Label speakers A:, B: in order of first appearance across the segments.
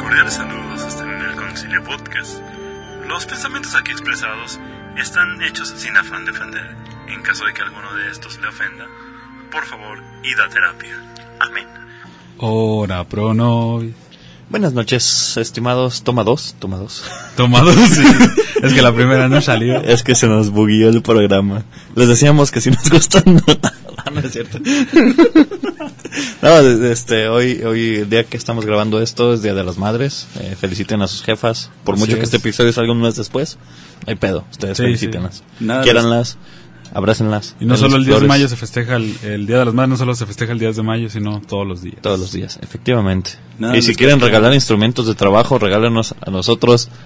A: cordiales saludos están en el Concilio Podcast. Los pensamientos aquí expresados están hechos sin afán de ofender. En caso de que alguno de estos le ofenda, por favor, id a terapia. Amén.
B: Ora pro nobis.
C: Buenas noches, estimados. Toma dos, toma dos.
B: Tomado, sí. Es que la primera no salió.
C: Es que se nos bugueó el programa. Les decíamos que si nos gustan. No, no es cierto. No, este, hoy, hoy, el día que estamos grabando esto es Día de las Madres. Eh, feliciten a sus jefas. Por
B: Así
C: mucho que
B: es.
C: este episodio salga un mes después, hay pedo. Ustedes
B: Sí,
C: felicítenlas.
B: sí. Nada de-
C: Quiéranlas, abrácenlas.
B: Y no solo el 10
C: día
B: de mayo se festeja, el, el Día de las Madres no solo se festeja el 10 de mayo, sino todos los días.
C: Todos los días, efectivamente.
B: Nada
C: y si
B: les
C: quieren regalar instrumentos de trabajo, regálenos a nosotros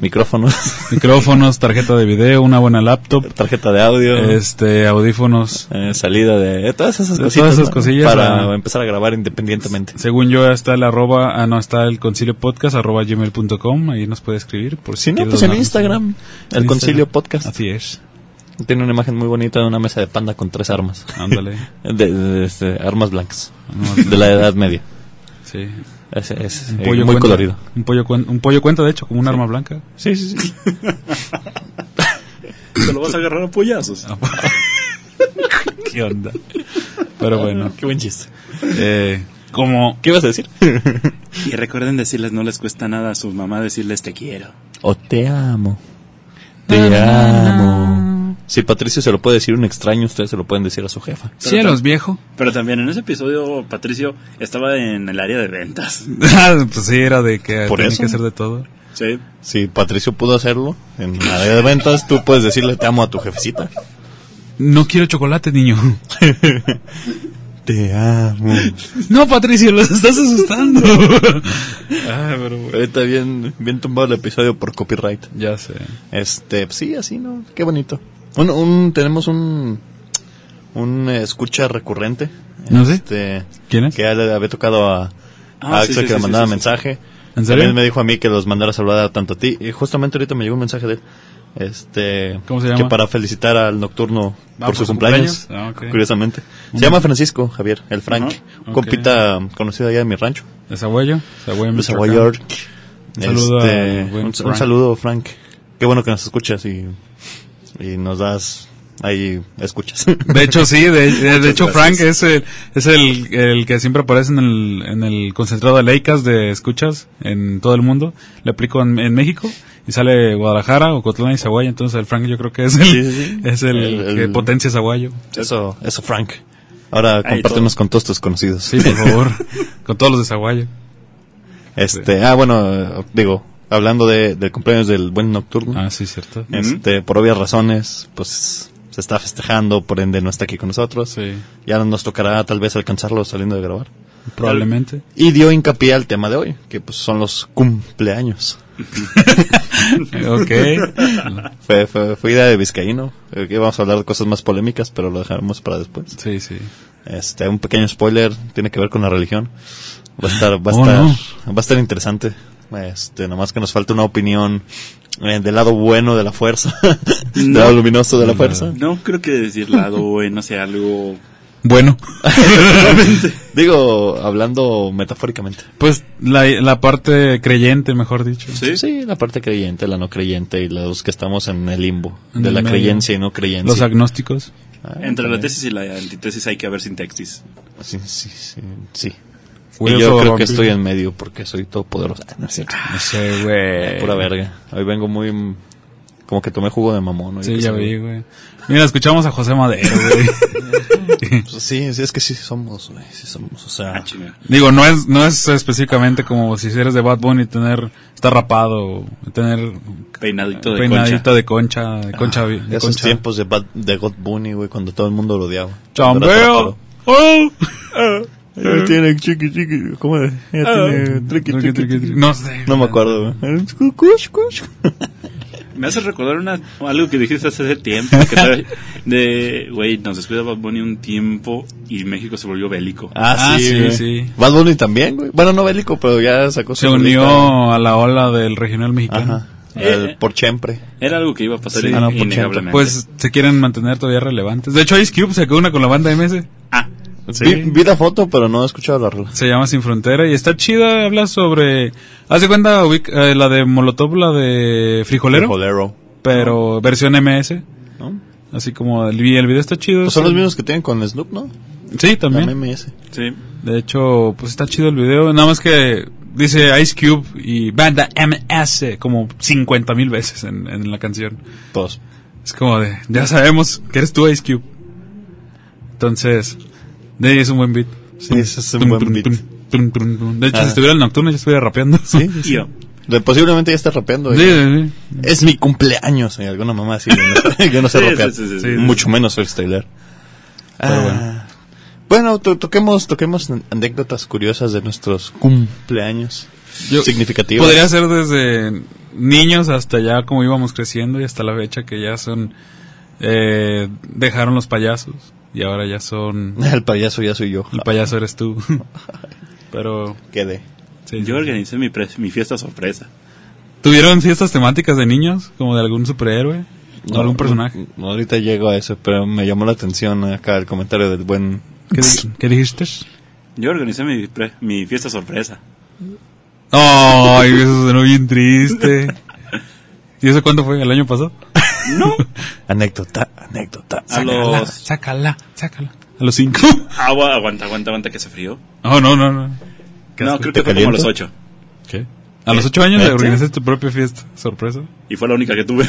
C: micrófonos,
B: Micrófonos, tarjeta de video, una buena laptop,
C: tarjeta de audio,
B: este, audífonos.
C: eh, salida de eh, todas esas
B: De
C: cosillas,
B: todas esas
C: ¿no?
B: cosillas,
C: para
B: ah.
C: empezar a grabar independientemente.
B: Según yo, está el arroba, ah, no, está el concilio podcast, arroba gmail.com, ahí nos puede escribir. Por si
C: Si no,
B: quiere
C: pues en
B: donarnos.
C: Instagram, el
B: En
C: Concilio
B: Instagram.
C: Podcast.
B: Así es,
C: Tiene una imagen muy bonita de una mesa de panda con tres armas.
B: ándale.
C: De, de- este, armas blancas.
B: Armas
C: De la Edad Media.
B: Sí.
C: Es, es,
B: Un
C: eh,
B: pollo
C: muy
B: cuenta-
C: colorido.
B: Un pollo, cuen- un pollo cuenta, de hecho, como un arma blanca.
C: Sí, sí, sí.
A: Te lo vas a agarrar a pollazos.
B: ¿Qué onda? Pero bueno,
C: Qué buen chiste.
B: eh, como
C: ¿Qué ibas a decir?
A: Y recuerden decirles, no les cuesta nada a su mamá decirles te quiero.
C: O te amo. Te amo. Si Patricio se lo puede decir a un extraño, ustedes se lo pueden decir a su jefa.
B: Cielos, viejo.
A: Pero también en ese episodio, Patricio estaba en el área de ventas.
B: pues sí, era de que
C: ¿Por
B: tenía
C: eso?
B: que hacer de todo.
A: Sí.
C: Si Patricio pudo hacerlo en la área de ventas, tú puedes decirle te amo a tu jefecita.
B: No quiero chocolate, niño.
C: Te amo.
B: No, Patricio, los estás asustando. Ay, pero bueno.
C: Está bien, bien tumbado el episodio por copyright.
B: Ya sé.
C: Este, pues sí, así, ¿no? Qué bonito. Un, un- tenemos un, un eh, escucha recurrente.
B: ¿No sé?
C: este,
B: ¿Ah, ¿Quién es?
C: Que ya le había tocado a,
A: Ah,
C: a
A: sí,
C: Axel
A: sí,
C: que
A: sí,
C: le
A: sí,
C: mandaba
A: sí, sí.
C: mensaje.
B: ¿En serio?
C: También me dijo a mí que los mandaras a hablar tanto a ti. Y justamente ahorita me llegó un mensaje de él. Este,
B: ¿Cómo se llama?
C: Que para felicitar al nocturno
B: Ah,
C: por
B: ¿por
C: su
B: su
C: cumpleaños.
B: cumpleaños? Ah, ok.
C: Curiosamente. Se llama Francisco Javier, el Frank.
B: Ajá,
C: Un
B: ok.
C: compita um, conocido allá de mi rancho.
B: Desabuelo. Desabuelo.
C: Pues, a
B: Michoacán.
C: York.
B: Un saludo
C: Este,
B: al buen
C: un, un
B: Frank.
C: saludo, Frank. Qué bueno que nos escuchas y, y nos das ahí escuchas.
B: De hecho, sí, de, de- de hecho, Frank es el, es el, el que siempre aparece en el, en el concentrado de Leicas de escuchas en todo el mundo. Le aplico en, en México y sale Guadalajara o Cotlán y Zaguayo. Entonces, el Frank yo creo que es el,
C: Sí, sí, sí.
B: Es el,
C: El- el-
B: que potencia Zaguayo.
C: eso, eso, Frank. Ahora
A: Ahí
C: compártenos con todos tus conocidos.
B: Sí, por favor. con todos los de Zaguayo.
C: Este, ah, bueno, eh, digo, hablando de, del cumpleaños del buen nocturno,
B: Ah, sí, cierto.
C: este, por obvias razones, pues se está festejando, por ende no está aquí con nosotros.
B: Sí,
C: Ya nos tocará tal vez alcanzarlo saliendo de grabar.
B: probablemente.
C: Y dio hincapié al tema de hoy, que pues son los cumpleaños.
B: ok.
C: Fue, fue, fue idea de Vizcaíno. Eh, que Vamos a hablar de cosas más polémicas, pero lo dejaremos para después.
B: Sí, sí.
C: Este, un pequeño spoiler, tiene que ver con la religión. Va a estar, va a
B: Oh,
C: estar, va a estar interesante. Este, nomás que nos falta una opinión eh, del lado bueno de la fuerza, del
A: No.
C: lado luminoso de la fuerza.
A: No creo que decir lado bueno sea algo...
B: Bueno,
C: Digo, hablando metafóricamente.
B: pues la, la parte creyente, mejor dicho.
A: Sí.
C: Sí, la parte creyente, la no creyente y los que estamos en el limbo
B: En
C: de
B: el
C: la
B: medio.
C: creencia y no creencia.
B: Los agnósticos.
C: Ah,
A: Entre la
C: también.
A: tesis y la antitesis hay que haber sintaxis.
C: Sí, sí, sí. sí.
B: Fui
C: Y
B: otro
C: yo creo que
B: vampiro.
C: estoy en medio porque soy todopoderoso. Ah, no es cierto.
B: No sé, güey.
C: Pura verga. Hoy vengo muy. mm, Como que tomé jugo de mamón. hoy
B: Sí,
C: que
B: ya
C: salgo.
B: vi, güey. Mira, escuchamos a José Madero, güey.
C: Pues sí, sí, es que sí somos, güey. Sí somos. O sea.
A: Ah, chinga.
B: Digo, no es, no es específicamente como si eres de Bad Bunny tener, estar rapado, o tener
A: Peinadito de
B: peinadito
A: concha.
B: de concha, de concha, vi-
C: de
B: de
C: esos
B: concha.
C: Ah, tiempos de, Bad- de God Bunny, güey, cuando todo el mundo lo odiaba. Cuando era
B: Chambeo.
C: trapero.
B: Oh.
C: Ella tiene chiqui chiqui. ¿Cómo es? Ella tiene
B: Triqui,
C: triqui triqui.
B: triqui,
C: triqui.
B: triqui. No sé.
C: No me acuerdo,
B: Ah,
C: güey. Cush, cush.
A: Me hace recordar una, algo que dijiste hace tiempo. Que tal- de, güey, nos descuida Bad Bunny un tiempo y México se volvió bélico.
C: Ah,
B: Ah,
C: sí,
B: sí,
C: güey.
B: sí.
C: Bad Bunny también, güey. Bueno, no bélico, pero ya sacó su
B: Se
C: rolita.
B: unió a la ola del regional mexicano.
C: Ajá. El por siempre.
A: Era algo que iba a pasar
B: Sí.
A: in-
B: Ah, no,
C: por
A: innegablemente.
B: Pues se quieren mantener todavía relevantes. De hecho, Ice Cube sacó una con la banda MS.
A: ah,
B: Sí.
C: Vi, vi la foto, pero no he escuchado la rola.
B: Se llama Sin Frontera y está chida, habla sobre... Haz de cuenta ubic- eh, la de Molotov, la de Frijolero,
C: Jolero.
B: pero versión MS.
C: ¿no?
B: Así como el, vi- el video está chido.
C: Pues son los mismos que tienen con Snoop, ¿no?
B: Sí, también.
C: La MMS.
A: Sí.
B: De hecho, pues está chido el video. Nada más que dice Ice Cube y banda MS como 50 mil veces en, en la canción.
C: Todos.
B: Es como de, ya sabemos que eres tú Ice Cube. Entonces, de ahí es un buen beat.
C: Sí, ese es un buen beat.
B: tum, tum, tum. De hecho,
C: Ah.
B: si estuviera el nocturno, yo estuviera rapeando.
C: Sí, sí, sí.
A: Yo.
C: De- pues, posiblemente ya está rapeando.
B: Sí,
C: oiga.
B: sí, sí.
C: Es mi cumpleaños. oiga, alguna mamá así. ¿no? Yo no sé
A: Sí,
C: rapear.
A: sí, sí, sí,
B: sí.
C: Mucho menos freestyler.
B: Pero bueno.
C: Ah, bueno, to- toquemos, toquemos an- anécdotas curiosas de nuestros cumpleaños.
B: Yo-
C: significativas.
B: Podría ser desde niños hasta ya como íbamos creciendo y hasta la fecha que ya son... eh, dejaron los payasos y ahora ya son...
C: El payaso ya soy yo.
B: El payaso eres tú. Pero
C: Quedé.
B: sí,
A: Yo
B: sí.
A: organicé mi, pre- mi fiesta sorpresa.
B: ¿Tuvieron fiestas temáticas de niños? ¿Como de algún superhéroe? ¿O
C: No,
B: algún personaje?
C: no, ahorita llego a eso, pero me llamó la atención acá el comentario del buen...
B: ¿Qué, di- qué dijiste?
A: Yo organicé mi, pre- mi fiesta sorpresa.
B: ¡Ay, eso sonó bien triste! ¿Y eso cuándo fue? ¿El año pasado?
A: No.
C: Anécdota, anécdota.
A: A los...
B: Sácala, sácala. ¿A los cinco?
A: Agua, aguanta, aguanta, aguanta que se frío.
B: No, no, no, no. Qué
A: No,
B: asco.
A: creo que fue como a
C: caliento?
A: los ocho.
B: ¿Qué? ¿A los ocho años
C: ¿Neta?
B: organizaste tu propia fiesta? ¿Sorpresa?
A: Y fue la única que tuve.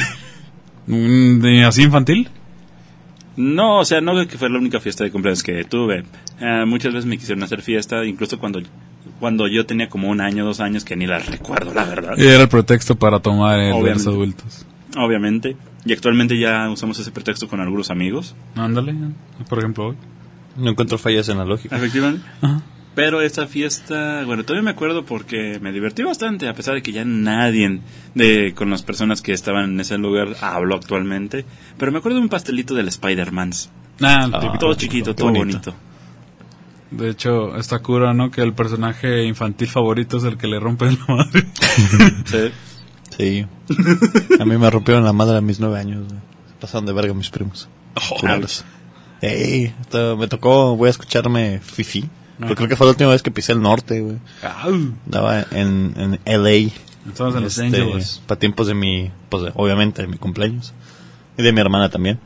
B: Mm, ¿de- ¿Así infantil?
A: No, o sea, no creo que fue la única fiesta de cumpleaños que tuve. Eh, muchas veces me quisieron hacer fiesta, incluso cuando, cuando yo tenía como un año, dos años, que ni las recuerdo, la verdad.
C: Eh.
B: Era el pretexto para tomar el de los
A: Obviamente.
B: adultos.
A: Obviamente. Y actualmente ya usamos ese pretexto con algunos amigos.
B: Ándale, por ejemplo hoy.
C: No encuentro fallas en la lógica.
A: Efectivamente.
B: Ajá.
A: Pero esta fiesta, bueno, todavía me acuerdo porque me divertí bastante, a pesar de que ya nadie de, con las personas que estaban en ese lugar habló actualmente. Pero me acuerdo de un pastelito del Spider-Man's.
B: Ah, el
C: Ah.
B: típico.
A: Todo chiquito,
C: qué
A: todo
C: bonito.
A: bonito.
B: De hecho, está cura, ¿no? Que el personaje infantil favorito es el que le rompe la madre.
A: Sí.
C: Sí. A mí me rompieron la madre a mis nueve años. güey. Pasaron de verga mis primos. Culeros. Ey, esto- me tocó, voy a escucharme Fifi. Porque creo que fue la última vez que pisé el norte, güey. Andaba en, en LA.
B: Estamos en Los
C: este,
B: Ángeles.
C: Para tiempos de mi, pues obviamente de mi cumpleaños. Y de mi hermana también.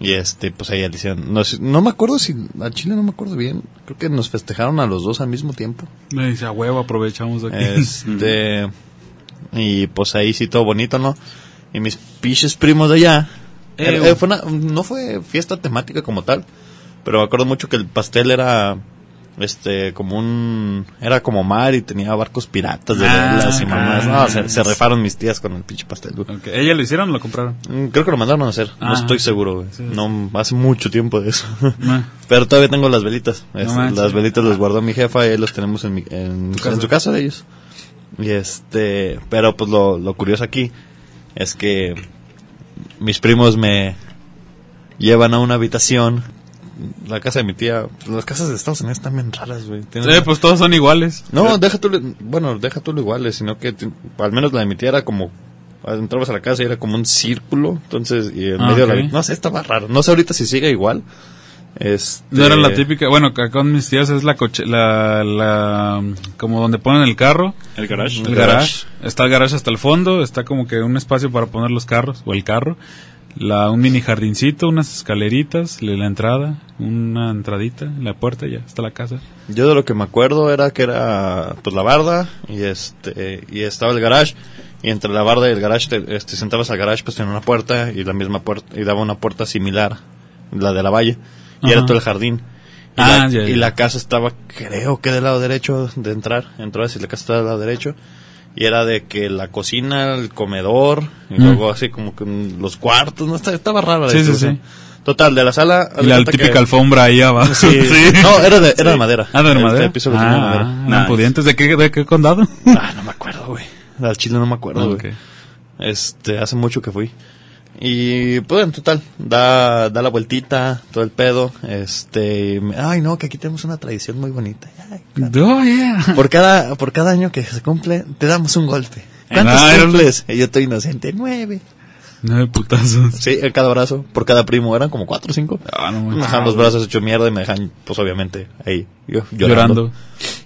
C: Y este, pues ahí le hicieron. No, sé- no me acuerdo si, a Chile no me acuerdo bien. Creo que nos festejaron a los dos al mismo tiempo.
B: Me dice, a huevo, aprovechamos de aquí.
C: Este. y pues ahí sí todo bonito, ¿no? Y mis pinches primos de allá.
B: Eh,
C: Era- eh, fue una- no fue fiesta temática como tal. Pero me acuerdo mucho que el pastel era. Este, como un. Era como mar y tenía barcos piratas de
B: Ah,
C: velas y mamás.
B: ah,
C: No, se, se refaron mis tías con el pinche pastel. güey.
B: Ok, ¿Ella lo hicieron o lo compraron?
C: Mm, Creo que lo mandaron a hacer.
B: Ah,
C: no estoy seguro, güey.
B: sí.
C: No, hace mucho tiempo de eso.
B: Ah.
C: Pero todavía tengo las velitas. Este,
B: manches.
C: las velitas las guardó mi jefa y ahí las tenemos en, mi- en-
B: casa.
C: en su casa de ellos. Y este, pero pues lo, lo curioso aquí es que mis primos me llevan a una habitación. La casa de mi tía, pues, las casas de Estados Unidos están bien raras, güey. Tienen-
B: Eh, pues todos son iguales.
C: no, deja tú, lo- bueno, deja tú lo iguales, sino que ti- al menos la de mi tía era como, entrabas a la casa y era como un círculo, entonces, y en
B: Ah,
C: medio de la
B: ok.
C: habi- no sé, estaba raro, no sé ahorita si sigue igual. Este,
B: No era la típica. Bueno, acá con mis tías es la coche. La, la. Como donde ponen el carro.
A: El garage.
B: El garage. Está el garage hasta el fondo. Está como que un espacio para poner los carros o el carro. La, un mini jardincito, unas escaleritas, la la entrada, una entradita, la puerta y ya, está la casa.
C: Yo de lo que me acuerdo era que era, pues, la barda, y este, y estaba el garage, y entre la barda y el garage, te, este, sentabas al garage, pues, tenía una puerta, y la misma puerta, y daba una puerta similar, la de la valla, y era
B: Ajá.
C: todo el jardín. Y,
B: Ah,
C: la,
B: ya, ya.
C: y la casa estaba, creo que del lado derecho de entrar. Entrabas y la casa estaba del lado derecho. Y era de que la cocina, el comedor, y
B: Mm.
C: luego así como que mm, los cuartos, no estaba, estaba rara la
B: Sí, sí,
C: distribución.
B: sí.
C: Total, de la sala. haz
B: Y
C: de
B: la
C: cuenta que-
B: típica alfombra ahí abajo.
C: Sí. No, era de, era de madera.
B: Ah, de
C: El- el
B: madera.
C: piso lo tenía de madera.
B: Ah,
A: Nice.
B: eran pudientes. ¿De qué, de qué condado?
C: Ah, no me acuerdo, güey. Al chile no me acuerdo, güey.
B: Ok.
C: Este, hace mucho que fui. Y pues en total, da, da la vueltita, todo el pedo. Este, y me- ay no, que aquí tenemos una tradición muy bonita. Ay, claro.
B: Oh, yeah.
C: Por cada, por cada año que se cumple, te damos un golpe.
B: Ah,
C: ¿Cuántos
B: era-
C: cumples? Y yo estoy inocente, nueve.
B: Nueve putazos.
C: Sí, en cada brazo, por cada primo, eran como cuatro o cinco.
B: Ah, no
C: Me
B: manches.
C: dejaban los brazos hecho mierda y me dejan, pues obviamente, ahí, yo llorando.
B: Llorando.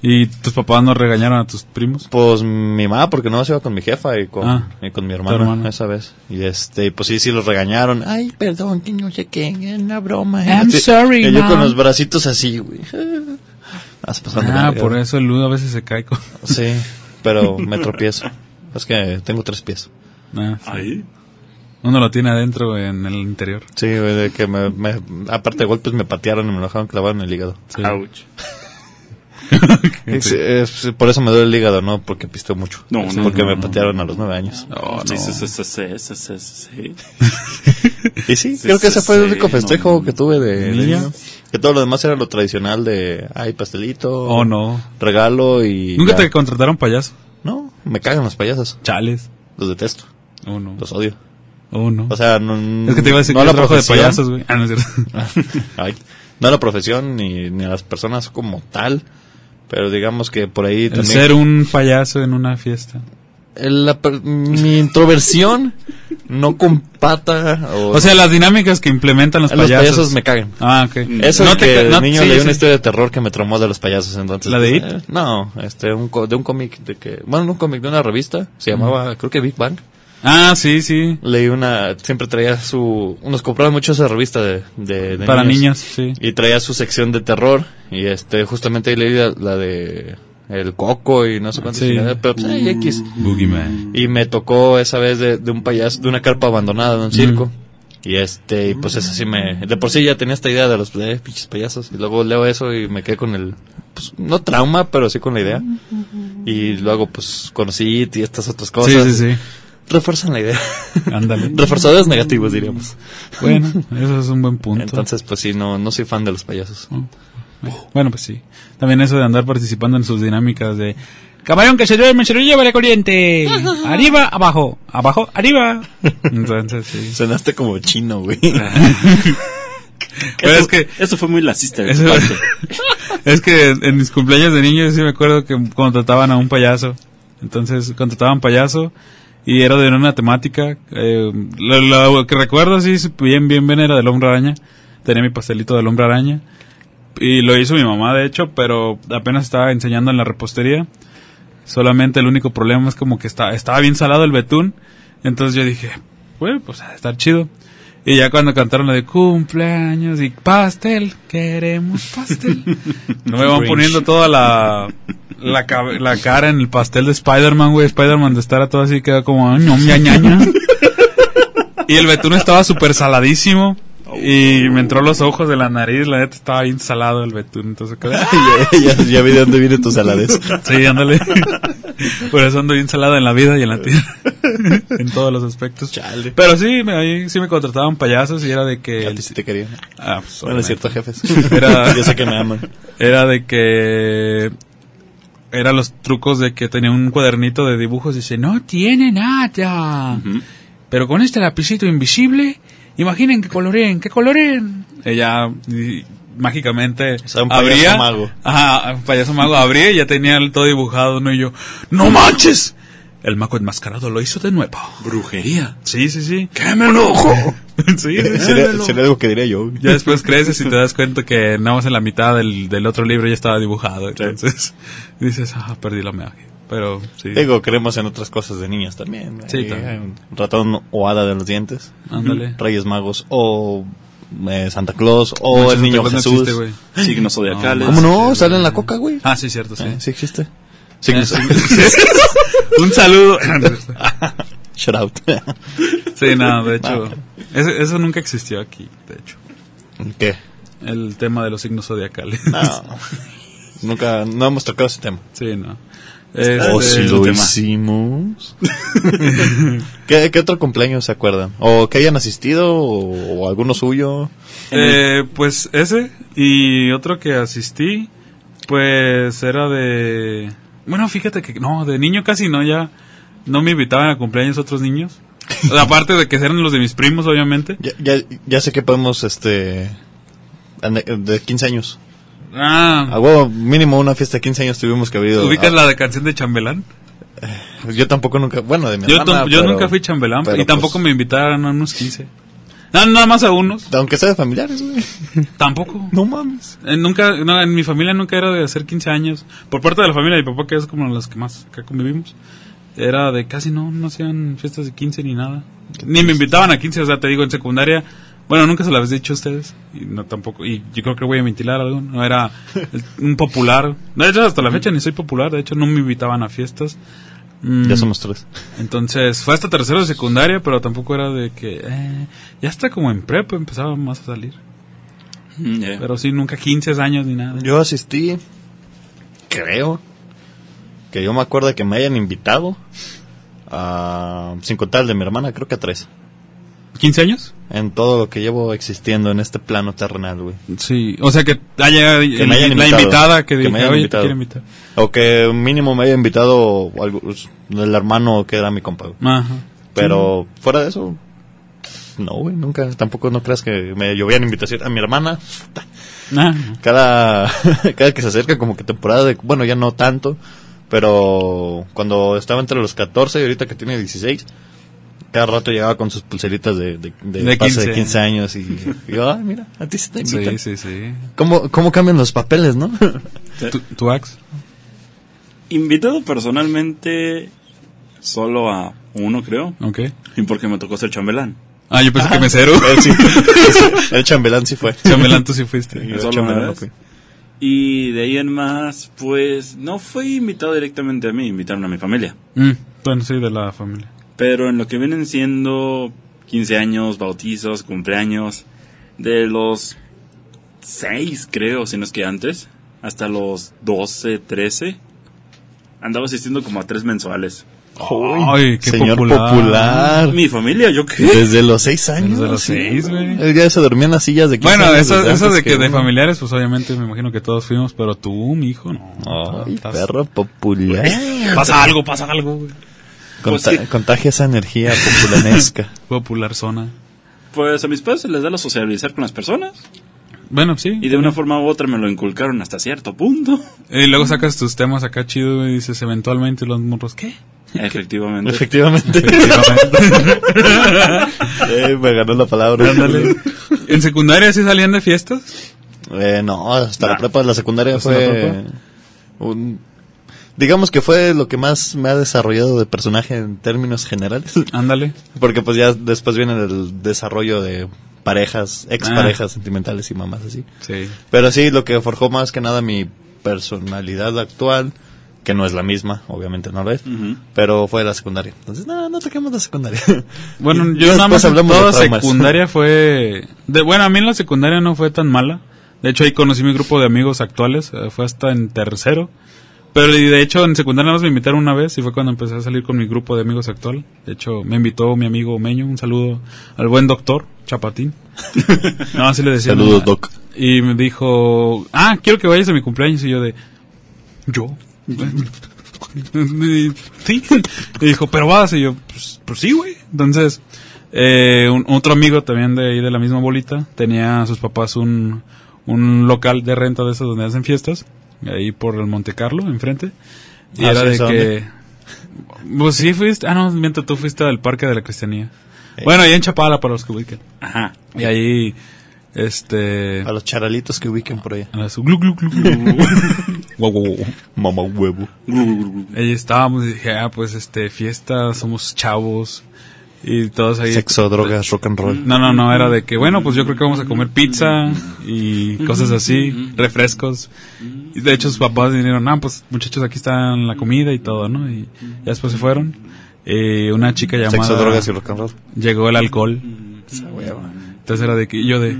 B: ¿Y tus papás no regañaron a tus primos?
C: Pues mi mamá, porque no se iba con mi jefa y con,
B: Ah,
C: y con mi hermana,
B: hermana.
C: esa vez. Y este, pues sí, sí los regañaron. Ay, perdón, que no sé qué, es una broma.
B: I'm
C: Sí,
B: sorry,
C: y yo
B: Mom.
C: con los bracitos así, güey. Ah, se pasaron de
B: Ah,
C: verga,
B: por
C: güey.
B: eso el ludo a veces se cae con...
C: Sí, pero me tropiezo. Es que tengo tres pies.
B: Ah, sí.
A: Ahí.
B: Uno lo tiene adentro en el interior.
C: Sí, güey, de que me, me- aparte de golpes me patearon y me lo dejaron clavado en el hígado.
B: Sí.
A: Ouch.
C: Sí, es- por eso me duele el hígado, no porque pisteo mucho.
A: No,
C: Es
A: no,
C: porque
A: no,
C: me
A: no.
C: patearon a los nueve años.
B: Oh, no.
A: Sí, sí, sí, sí, sí, sí, sí, sí, sí.
C: Y sí,
A: Sí,
C: creo que
A: sí,
C: ese fue el
A: sí,
C: único festejo
A: no.
C: que tuve de, de
B: Niña.
C: niño. Que todo lo demás era lo tradicional de, ay, pastelito,
B: Oh, no.
C: regalo y...
B: ¿Nunca
C: ya.
B: te contrataron payaso?
C: No, me cagan los payasos.
B: Chales.
C: Los detesto,
B: Oh, no.
C: los odio.
B: Oh, no.
C: O sea, no...
B: es que te iba a decir
C: no
B: que
C: a
B: yo trabajo de
C: profesión.
B: payasos, güey. Ah, no es cierto.
C: Ay, no a la profesión ni, ni a las personas como tal. Pero digamos que por ahí
B: El
C: también...
B: ser un payaso en una fiesta.
C: el- la per- mi introversión no compata... O,
B: O sea, las dinámicas que implementan los
C: los
B: payasos.
C: payasos me cagan.
B: Ah, ok.
C: Eso
B: No
C: es
B: te
C: que
B: ca-
C: de
B: no-
C: niño
B: sí,
C: leí
B: sí.
C: una historia de terror que me traumó de los payasos entonces.
B: ¿La de It?
C: Eh, no, este, un co- de un cómic de que, bueno, no un cómic de una revista, se llamaba, creo que Big Bang.
B: Ah, sí, sí.
C: Leí una, siempre traía su, nos compraban mucho esa revista de, de- de
B: Para niños, sí.
C: Y traía su sección de terror, y este, justamente ahí leí la, la de El Coco y no sé cuántas
B: Sí.
C: chingaderas, pero pues, ay, X.
B: Boogeyman.
C: Y me tocó esa vez de, de un payaso, de una carpa abandonada de un circo. Y este, y pues eso sí me. De por sí ya tenía esta idea de los de, pinches payasos. Y luego leo eso y me quedé con el. Pues, no trauma, pero sí con la idea. Y luego, pues conocí IT y estas otras cosas.
B: Sí, sí, sí.
C: Refuerzan la idea.
B: Ándale.
C: Reforzadores negativos, diríamos.
B: Bueno, eso es un buen punto.
C: Entonces, pues sí, no, no soy fan de los payasos.
B: Bueno, pues sí. También eso de andar participando en sus dinámicas de... Camarón que se duerme, se lo lleva la corriente. Arriba, abajo. Abajo, arriba. Entonces, sí.
C: Sonaste como chino, güey.
B: Pero es que...
A: Eso fue muy lacista de tu
B: Eso-
A: parte.
B: es que en mis cumpleaños de niño yo sí me acuerdo que contrataban a un payaso. Entonces contrataban payaso y era de una temática. eh, lo, lo que recuerdo así bien, bien, bien era del hombre araña. Tenía mi pastelito del hombre araña. Y lo hizo mi mamá, de hecho, pero apenas estaba enseñando en la repostería. Solamente el único problema es como que está, estaba bien salado el betún. Entonces yo dije, bueno, pues ha de estar chido. Y ya cuando cantaron lo de cumpleaños y pastel, queremos pastel. No me van
C: Grinch.
B: poniendo toda la, la, cabe- la cara en el pastel de Spider-Man, güey. Spider-Man de estar a todo así queda como, "Ay, no, ña, ña, ña". Y el betún estaba súper saladísimo.
C: Oh,
B: Y me entró los ojos de la nariz, la neta estaba bien salado el betún. Entonces quedé, "Ah".
C: ya, ya- ya vi de dónde viene tu saladez.
B: Sí, ándale. Por eso ando bien salada en la vida y en la tierra. en todos los aspectos.
C: Chale.
B: Pero sí, me, ahí sí me contrataban payasos y era de que...
C: A ti sí te quería.
B: Ah, pues,
C: Bueno, es cierto, jefes.
B: Era-
C: Yo sé que me aman.
B: Era de que... Era los trucos de que tenía un cuadernito de dibujos y dice, no tiene nada. Pero con este lapicito invisible, imaginen que coloreen, que coloreen. Ella y- mágicamente
C: sea, un payaso
B: abría.
C: mago.
B: Ajá, un payaso mago abría y ya tenía el todo dibujado, ¿no? Y yo, ¡no manches! El mago enmascarado lo hizo de nuevo.
A: Brujería.
B: Sí, sí, sí.
A: ¡Qué me enojo!
B: sí,
C: Sería, sería algo que diría yo. güey.
B: ya después creces y te das cuenta que nada más en la mitad del, del otro libro ya estaba dibujado. Entonces dices, ah, perdí la magia. Pero sí.
C: Digo, creemos en otras cosas de niñas también.
B: Sí,
C: Ahí,
B: también.
C: eh, Ratón o hada de los dientes.
B: Ándale.
C: Reyes magos o eh, Santa Claus o
B: Mucho
C: el
B: Santa
C: niño
B: Claus no
C: Jesús.
B: existe, güey.
A: Signos zodiacales.
C: ¿Cómo no? Sale en la coca, güey.
B: ah, sí, cierto, sí.
C: Eh, Sí existe. Ah,
B: Eh,
C: Signos-
B: Un saludo.
C: Shout out.
B: sí, no, de hecho. Eso, eso nunca existió aquí, de hecho.
C: ¿Qué?
B: El tema de los signos zodiacales.
C: No. Nunca, no hemos tocado ese tema.
B: Sí, no. Este,
A: Oh, sí, lo- tema.
C: hicimos. ¿Qué, qué otro cumpleaños se acuerdan? ¿O que hayan asistido? ¿O, o alguno suyo?
B: eh, pues ese y otro que asistí, pues era de... Bueno, fíjate que no, de niño casi no, ya no me invitaban a cumpleaños otros niños. O sea, Aparte de que eran los de mis primos, obviamente.
C: Ya, ya, ya sé que podemos, este. ane- De 15 años.
B: Ah,
C: A huevo, mínimo una fiesta de 15 años tuvimos que haber ido.
B: ¿ubicas
C: a-
B: la de canción de Chambelán?
C: Yo tampoco nunca, bueno, de mi
B: Yo,
C: hermana,
B: tam- yo
C: pero-
B: nunca fui chambelán
C: pero
B: y tampoco
C: pues,
B: me invitaron a unos 15. No, nada más a unos.
C: Aunque sea de familiares, güey.
B: Tampoco.
C: No mames.
B: Eh, nunca, no, en mi familia nunca era de hacer 15 años. Por parte de la familia de mi papá, que es como las que más acá convivimos, era de casi no, no hacían fiestas de 15 ni nada. Ni me invitaban a 15, o sea, te digo, en secundaria. Bueno, nunca se lo habéis dicho a ustedes. Y no tampoco. Y yo creo que voy a ventilar algo. No era el- un popular. De hecho, hasta la fecha ni soy popular. De hecho, no me invitaban a fiestas. Mm,
C: Ya somos tres.
B: Entonces, fue hasta tercero de secundaria, pero tampoco era de que. eh, ya hasta como en prepa empezaba más a salir.
A: Mm,
B: Pero sí, nunca 15 años ni nada.
C: Yo asistí, creo, que yo me acuerdo que me hayan invitado, a, sin contar el de mi hermana, creo que a tres.
B: ¿15 años?
C: En todo lo que llevo existiendo en este plano terrenal, güey.
B: Sí, o sea que haya el-
C: me hayan
B: la
C: invitado.
B: invitada que
C: Que
B: diga,
C: me hayan
B: oye,
C: invitado.
B: te quiero invitar.
C: O que mínimo me haya invitado algo, el hermano que era mi compa, güey.
B: Ajá.
C: Pero fuera de eso, no, güey, nunca. Tampoco no creas que me llovían invitaciones. A mi hermana,
B: Ah,
C: cada, cada que se acerca como que temporada de, bueno, ya no tanto, pero cuando estaba entre los 14 y ahorita que tiene 16, cada rato llegaba con sus pulseritas de, de, de
B: De
C: pase de
B: 15.
C: 15 años y, y yo, ah, mira, a ti se te invitan.
B: sí, sí, sí.
C: ¿Cómo, ¿Cómo cambian los papeles, no?
B: ¿Tu, tu ex?
A: Invitado personalmente solo a uno, creo.
B: Ok.
A: Y porque me tocó ser chambelán.
B: Ah, yo pensé que mesero.
C: Él sí, el chambelán sí fue.
B: Chambelán, tú sí fuiste.
C: Yo
A: Solo
C: chambelán
A: una
C: no
A: vez.
C: fui.
A: Y de ahí en más, pues no fue invitado directamente a mí, invitaron a mi familia.
B: Mm, bueno, sí, de la familia.
A: Pero en lo que vienen siendo 15 años, bautizos, cumpleaños, de los 6 creo, si no es que antes, hasta los 12, 13, andaba asistiendo como a tres mensuales.
B: Ay, qué
C: Señor
B: popular.
C: popular.
A: Mi familia, yo qué.
C: Desde los seis años.
B: Desde los
C: Ah, sí,
B: seis, güey.
C: Él ya se dormía en las sillas de 15
B: Bueno,
C: años
B: eso,
C: desde
B: eso
C: antes
B: de que de
C: uno.
B: familiares, pues obviamente me imagino que todos fuimos, pero tú, mi hijo, no.
C: Ay,
B: Estás-
C: perro popular.
B: Pasa algo, pasa algo, güey.
A: Pues
C: Conta-
A: sí.
C: Contagia esa energía populanesca.
B: Popular zona.
A: Pues a mis padres se les da lo socializar con las personas
B: Bueno, sí.
A: y de una forma u otra me lo inculcaron hasta cierto punto.
B: Y luego sacas tus temas acá chido y dices eventualmente los morros, ¿qué?
A: Efectivamente.
C: Efectivamente. Eh, me ganó la palabra.
B: Ándale. ¿En secundaria sí salían de fiestas?
C: Eh, no, hasta
A: Nah.
C: la prepa, la secundaria
B: ¿Hasta la
C: fue.
B: prepa?
C: un- digamos que fue lo que más me ha desarrollado de personaje en términos generales.
B: Ándale.
C: Porque pues ya después viene el desarrollo de parejas,
B: Ah.
C: exparejas sentimentales y mamás así.
B: Sí.
C: Pero sí, lo que forjó más que nada mi personalidad actual, que no es la misma, obviamente no lo es,
B: Mm.
A: Ujú.
C: pero fue la secundaria. Entonces, no, no toquemos la secundaria.
B: Bueno,
C: Y
B: yo nada más
C: después
B: en
C: hablamos de
B: toda
C: traumas.
B: secundaria fue... De, bueno, a mí en la secundaria no fue tan mala. De hecho, ahí conocí mi grupo de amigos actuales. eh, Fue hasta en tercero. Pero y de hecho, en secundaria nada más me invitaron una vez y fue cuando empecé a salir con mi grupo de amigos actual. De hecho, me invitó mi amigo Meño. Un saludo al buen doctor Chapatín. no, así le decía.
C: Saludos,
B: ¿no?
C: Doc.
B: Y me dijo, ah, quiero que vayas a mi cumpleaños. Y yo de, ¿yo? sí. Y dijo, pero vas. Y yo, pues, pues sí, güey. Entonces, eh, un- otro amigo también de ahí de la misma bolita tenía a sus papás un, un local de renta de esos donde hacen fiestas. Ahí por el Monte Carlo, enfrente. Y
C: Ah,
B: era
C: sí,
B: de
C: ¿esa
B: que... Pues sí fuiste... Ah, no, mientras tú fuiste al Parque de la Cristianía.
C: Eh.
B: Bueno, ahí en Chapala para los que ubican.
A: Ajá.
B: Y ahí, este...
C: A los charalitos que ubiquen por allá.
B: A la su- glu, glu, glu, glu. Guau, guau, guau.
C: Mamá huevo.
A: Gru, gru, gru, gru.
B: Ahí estábamos y dije, ah, pues este, fiesta, somos chavos. Y todos ahí.
C: Sexo, drogas, rock and roll.
B: No, no, no, era de que, bueno, pues yo creo que vamos a comer pizza y cosas así, refrescos. Y de hecho, sus papás dijeron, ah, pues muchachos, aquí están la comida y todo, ¿no? Y ya después se fueron. Eh, una chica llamada.
C: Sexo, drogas y rock and roll.
B: Llegó el alcohol. Entonces era de que, y yo de,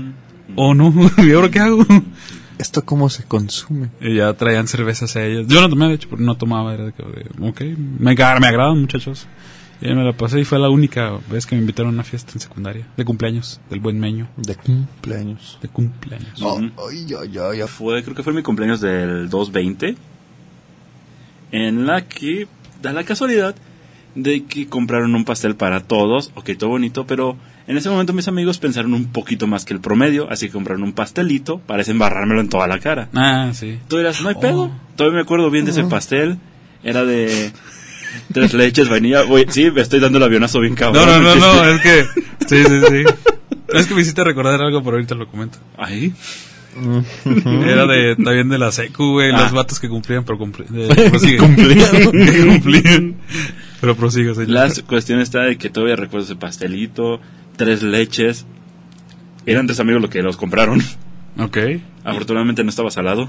B: oh no, ¿y ahora qué hago?
C: ¿Esto cómo se consume?
B: Y ya traían cervezas a ellas. Yo no tomé, de hecho, porque no tomaba. Era de que, ok, me, agra- me agradan, muchachos. Y ahí me la pasé y fue la única vez que me invitaron a una fiesta en secundaria. De cumpleaños, del buen meño.
C: De cumpleaños.
B: De cumpleaños.
C: Oh, ay, ay, ay, ay.
A: Fue, creo que fue mi cumpleaños del 220. En la que da la casualidad de que compraron un pastel para todos. Ok, todo bonito, pero en ese momento mis amigos pensaron un poquito más que el promedio. Así que compraron un pastelito para embarrármelo en toda la cara.
B: Ah, sí. Oh.
A: Tú dirás, no hay pedo. Todavía me acuerdo bien de ese pastel. Era de. Tres leches, vainilla. Oye, sí, me estoy dando el avionazo bien
B: No,
A: cabrón. este.
B: no, no, no,
A: chiste.
B: es que. Sí, sí, sí. Es que me hiciste recordar algo, pero ahorita lo comento.
A: Ahí.
B: Era de, también de la secu, güey,
A: Ah.
B: los vatos que cumplían, pero cumplían. prosigue. Que cumplían. Pero prosigue, señor.
A: La cuestión está de que todavía recuerdo ese pastelito, tres leches. Eran tres amigos los que los compraron.
B: Ok.
A: Afortunadamente no estaba salado,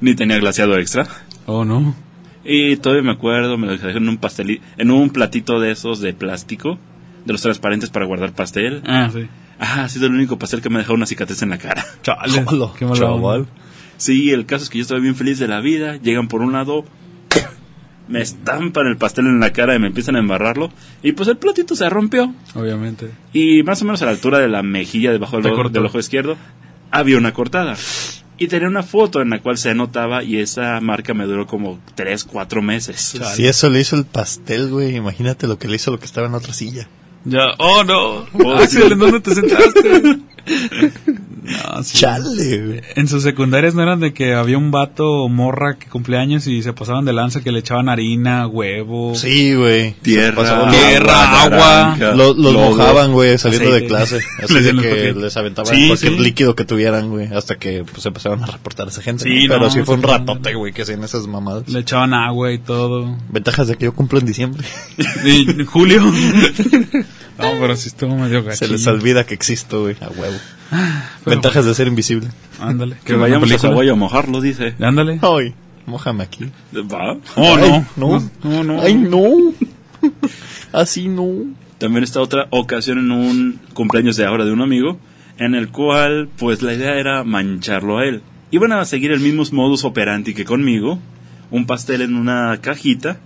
A: ni tenía glaseado extra.
B: oh, no.
A: Y todavía me acuerdo, me lo dejaron en un pastelito, en un platito de esos de plástico, de los transparentes para guardar pastel.
B: Ah, sí.
A: Ah, ha sido el único pastel que me ha dejado una cicatriz en la cara.
B: Chale.
C: Jolo,
B: Qué mala
C: chaval.
B: onda.
A: Sí, el caso es que yo estaba bien feliz de la vida. Llegan por un lado, me estampan el pastel en la cara y me empiezan a embarrarlo. Y pues el platito se rompió.
B: Obviamente.
A: Y más o menos a la altura de la mejilla, debajo del,
B: Te
A: ojo-
B: cortó.
A: del ojo izquierdo, había una cortada. Y tenía una foto en la cual se anotaba y esa marca me duró como 3, 4 meses.
C: Si eso le hizo el pastel, güey, imagínate lo que le hizo lo que estaba en otra silla.
B: Ya. Oh, no.
A: Oh,
B: Axel,
A: sí.
B: ¿en dónde te sentaste? no, sí.
C: Chale, güey.
B: En sus secundarias no eran de que había un vato o morra que cumplía años y se pasaban de lanza que le echaban harina, huevo.
C: Sí, güey.
A: Tierra,
C: Pasaba-
B: Tierra, agua.
A: naranja,
C: Lo- los
A: lodo.
C: mojaban, güey, saliendo de
B: Aceite.
C: clase. Así
B: Les
C: de
B: dieron
C: que
B: toque.
C: les aventaban
B: Sí,
C: cualquier
B: sí.
C: líquido que tuvieran, güey. Hasta que pues, empezaron a reportar a esa gente.
B: Sí,
C: ¿no? Pero
B: no,
C: sí fue un
B: sí, no, no.
C: ratote, güey, que hacían esas mamadas.
B: Le echaban agua y todo.
C: Ventajas de que yo cumplo en diciembre.
B: Y Julio. no, pero sí estuvo medio gacho.
C: Se les olvida que existo, güey, a huevo.
B: Ah,
C: Ventajas de ser invisible.
B: Ándale.
A: Que
B: buena
A: vayamos a
B: película.
A: Saguayo a mojarlo, dice.
B: Ándale.
C: Ay, mójame aquí.
A: Va.
B: Oh,
C: Ay,
B: no.
C: no.
B: No, no.
C: Ay, no. Así no.
A: También está otra ocasión en un cumpleaños de ahora de un amigo, en el cual, pues la idea era mancharlo a él. Iban a seguir el mismo modus operandi que conmigo, un pastel en una cajita,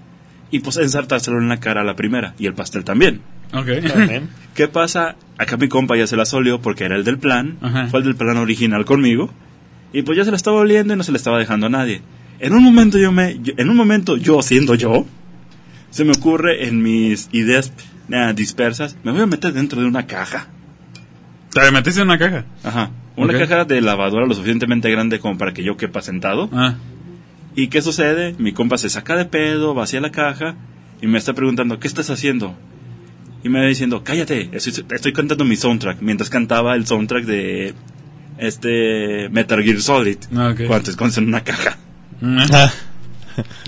A: y pues ensartárselo en la cara a la primera, y el pastel también.
B: Ok.
C: Amén.
A: ¿Qué pasa? Acá mi compa ya se la solió porque era el del plan,
B: Ajá.
A: fue el del plan original conmigo, y pues ya se la estaba oliendo y no se la estaba dejando a nadie. En un momento yo me, yo- en un momento yo siendo yo, se me ocurre en mis ideas eh, dispersas, me voy a meter dentro de una caja.
B: Te metiste en una caja.
A: Ajá. Una
B: Ok.
A: caja de lavadora lo suficientemente grande como para que yo quepa sentado.
B: Ah.
A: ¿Y qué sucede? Mi compa se saca de pedo, vacía la caja y me está preguntando, ¿qué estás haciendo? Y me va diciendo, cállate, estoy, estoy cantando mi soundtrack. Mientras cantaba el soundtrack de este Metal Gear Solid.
B: Ah, ok.
A: Cuando se esconde en una caja.
B: Ah,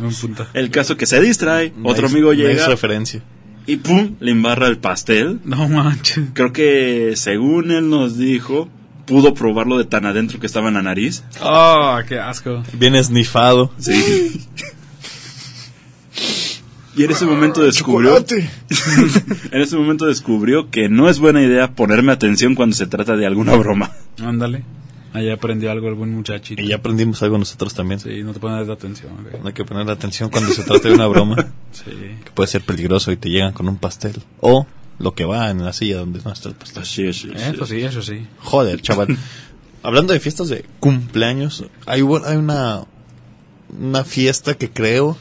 B: Un punto.
A: El caso que se distrae, otro
C: Nice-
A: amigo
C: nice
A: llega
C: referencia.
A: y pum, le embarra el pastel.
B: No manches.
A: Creo que según él nos dijo, pudo probarlo de tan adentro que estaba en la nariz.
B: Oh, qué asco.
C: Bien esnifado.
A: Sí. Y en ese momento descubrió. En ese momento descubrió que no es buena idea ponerme atención cuando se trata de alguna broma.
B: Ándale. Ahí aprendió algo algún muchachito.
C: Y ya aprendimos algo nosotros también.
B: Sí, no te pones atención. güey.
C: Hay que poner atención cuando se trata de una broma.
B: Sí.
C: que puede ser peligroso y te llegan con un pastel. O lo que va en la silla donde no está el pastel.
A: Así es, así es.
B: Eso sí, eso sí.
C: Joder, chaval. Hablando de fiestas de cumpleaños, hay, bu- hay una, una fiesta que creo